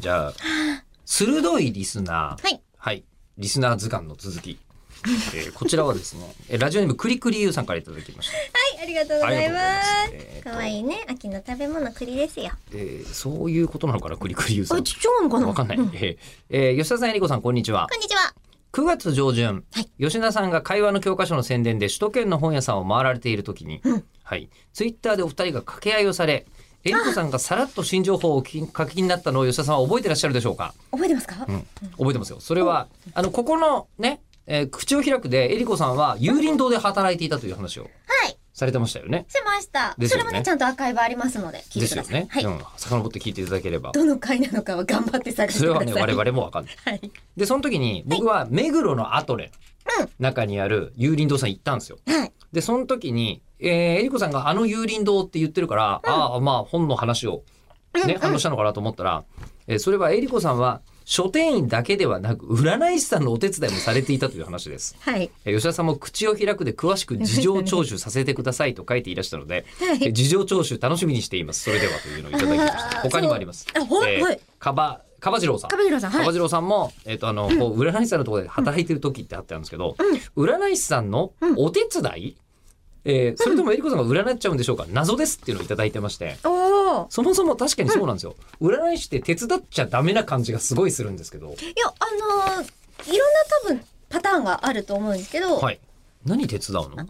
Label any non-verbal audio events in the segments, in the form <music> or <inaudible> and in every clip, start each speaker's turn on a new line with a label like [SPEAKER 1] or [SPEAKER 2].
[SPEAKER 1] じゃあ、鋭いリスナー。
[SPEAKER 2] はい。
[SPEAKER 1] はい。リスナー図鑑の続き。えーこちらはですね、 <laughs> えーラジオネームくりくりゆうさんからいただきまし
[SPEAKER 2] はい、ありがとうご
[SPEAKER 1] た。
[SPEAKER 2] ざいま。
[SPEAKER 1] ありがとうございますす。えー
[SPEAKER 2] 可愛いね、秋の食べ物栗ですよ。
[SPEAKER 1] えーそういうことなのかな、くりくりゆうさ
[SPEAKER 2] あ、
[SPEAKER 1] ん。
[SPEAKER 2] ちょなのかな。
[SPEAKER 1] わかんない。え
[SPEAKER 2] うこ
[SPEAKER 1] ーえー吉田さん、えりこさん、こんにちは。
[SPEAKER 2] んにちは。
[SPEAKER 1] 9月上旬、
[SPEAKER 2] はい
[SPEAKER 1] 吉田さんが会話の教科書の宣伝で首都圏の本屋さんを回られている時に、
[SPEAKER 2] うん
[SPEAKER 1] はい、ツイッターでお二人が掛け合いをされえりこさんがさらっと新情報をお聞き <laughs> 書きになったのを吉田さんは覚えてらっしゃるでしょうか、
[SPEAKER 2] 覚えてますか。
[SPEAKER 1] うん、覚えてますよそれはあのここのね、えー口を開くでえりこさんは有林堂で働いていたという話を
[SPEAKER 2] はい、
[SPEAKER 1] されてましたよね。
[SPEAKER 2] しました。
[SPEAKER 1] です
[SPEAKER 2] そ
[SPEAKER 1] よね
[SPEAKER 2] れもね、ちゃんとアーカイブありますので、聞い
[SPEAKER 1] で
[SPEAKER 2] て
[SPEAKER 1] す
[SPEAKER 2] く
[SPEAKER 1] よ
[SPEAKER 2] ださい。
[SPEAKER 1] ね。
[SPEAKER 2] はい、
[SPEAKER 1] うん、遡って聞いていただければ。
[SPEAKER 2] どの回なのかは頑張って探し
[SPEAKER 1] そ
[SPEAKER 2] て
[SPEAKER 1] れ
[SPEAKER 2] くだ
[SPEAKER 1] は
[SPEAKER 2] さい。
[SPEAKER 1] ね我々もわかんない。
[SPEAKER 2] はい。
[SPEAKER 1] でその時に僕は目黒のアトレ
[SPEAKER 2] うん
[SPEAKER 1] 中にある有林堂さん行ったんですよ。
[SPEAKER 2] はい。
[SPEAKER 1] で、その時に、えー、えりこさんがあの有林堂って言ってるから、ああ、まあ本の話を、
[SPEAKER 2] うんう
[SPEAKER 1] ね、
[SPEAKER 2] ん
[SPEAKER 1] 反応したのかなと思ったら、えーそれはえりこさんは書店員だけではなく、占い師さんのお手伝いもされていたという話です。
[SPEAKER 2] はい。
[SPEAKER 1] えー吉田さんも口を開くで詳しく事情聴取させてくださいと書いていらしたので、
[SPEAKER 2] はい
[SPEAKER 1] えー事情聴取楽しみにしています。それではというのをいただきました。
[SPEAKER 2] あー
[SPEAKER 1] 他にもあります。
[SPEAKER 2] <laughs> そうあほん
[SPEAKER 1] え
[SPEAKER 2] はい
[SPEAKER 1] かば、かばじろうさん。
[SPEAKER 2] かばじろうさんはい
[SPEAKER 1] かばじろうさんも、えっ、と、あの、こう、占い師さんのところで働いてる時ってあったんですけど、占い師さんのお手伝い、えーそれともえりこさんが占っちゃうんでしょうか謎ですっていうのをいただいてまして、
[SPEAKER 2] おお。
[SPEAKER 1] そもそも確かにそうなんですよ。占い師って手伝っちゃダメな感じがすごいするんですけど、
[SPEAKER 2] いや、あのーいろんな多分パターンがあると思うんですけど、
[SPEAKER 1] はい。何手伝うの
[SPEAKER 2] もとも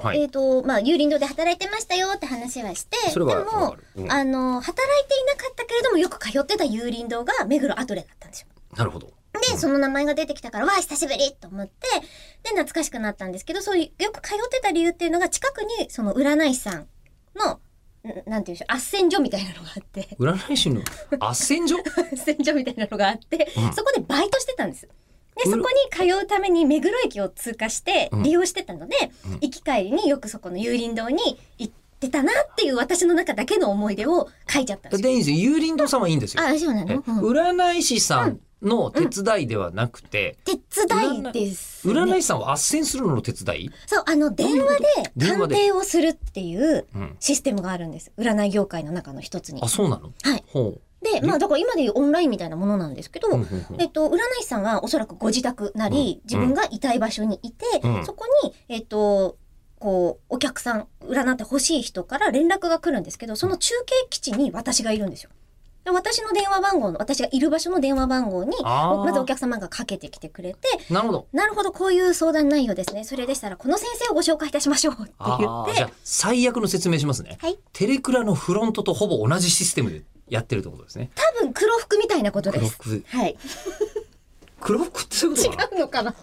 [SPEAKER 2] と、
[SPEAKER 1] はい
[SPEAKER 2] えっ、と、まあ、有林堂で働いてましたよって話はして、
[SPEAKER 1] それはわかる
[SPEAKER 2] でも、
[SPEAKER 1] うん
[SPEAKER 2] あの、働いていなかったけれども、よく通ってた有林堂が目黒アトレだったんですよ。
[SPEAKER 1] なるほど。
[SPEAKER 2] で、その名前が出てきたから、わあ、久しぶりと思って、で、懐かしくなったんですけど、そういう、よく通ってた理由っていうのが、近くに、その占い師さんの、んなんていうんでしょう、斡旋所みたいなのがあって、
[SPEAKER 1] 占い師の斡旋所 <laughs>
[SPEAKER 2] 斡旋所みたいなのがあって、
[SPEAKER 1] うん
[SPEAKER 2] そこでバイトしてたんです。で、
[SPEAKER 1] う
[SPEAKER 2] そ
[SPEAKER 1] ら
[SPEAKER 2] こに通うために目黒駅を通過して
[SPEAKER 1] うん
[SPEAKER 2] 利用してたので、
[SPEAKER 1] うん
[SPEAKER 2] 行き帰りによくそこの有林堂に行ってたなっていう私の中だけの思い出を書いちゃったんですよ。
[SPEAKER 1] でいいんですよ。有林堂さんはいいんですよ。
[SPEAKER 2] あ、そうな
[SPEAKER 1] え
[SPEAKER 2] の、うん
[SPEAKER 1] 占い師さんの手伝いではなくて、
[SPEAKER 2] 手伝いです、ね。
[SPEAKER 1] 占い師さんを斡旋するのの手伝い、
[SPEAKER 2] そう、あの、電話で
[SPEAKER 1] 電話
[SPEAKER 2] 鑑
[SPEAKER 1] で
[SPEAKER 2] 定をするっていう
[SPEAKER 1] うん、
[SPEAKER 2] システムがあるんです。占い業界の中の一つに
[SPEAKER 1] あ、。そうなの
[SPEAKER 2] はい。
[SPEAKER 1] ほ
[SPEAKER 2] で、まあ、だから今でいうオンラインみたいなものなんですけど、
[SPEAKER 1] う。うんうんうん
[SPEAKER 2] えっと、占い師さんはおそらくご自宅な
[SPEAKER 1] うん
[SPEAKER 2] り、自分がいたい場所にいて、
[SPEAKER 1] うん
[SPEAKER 2] そこに、えっと、こう、お客さん、占って欲しい人から連絡が来るんですけど、その中継基地に私がいるんですよ。で私の電話番号の、私がいる場所の電話番号に、
[SPEAKER 1] あー
[SPEAKER 2] まずお客様がかけてきてくれて、
[SPEAKER 1] なるほど。
[SPEAKER 2] なるほど、こういう相談内容ですね。それでしたら、この先生をご紹介いたしましょうって言
[SPEAKER 1] あ
[SPEAKER 2] っ
[SPEAKER 1] ー
[SPEAKER 2] て
[SPEAKER 1] じ、ゃあ最悪の説明しますね、
[SPEAKER 2] はい
[SPEAKER 1] テレクラのフロントとほぼ同じシステムでやってるってことですね
[SPEAKER 2] 多分黒服みたいなことで
[SPEAKER 1] 黒
[SPEAKER 2] す。
[SPEAKER 1] 服
[SPEAKER 2] はい。
[SPEAKER 1] 黒服ってそういうことかな
[SPEAKER 2] 違うのかな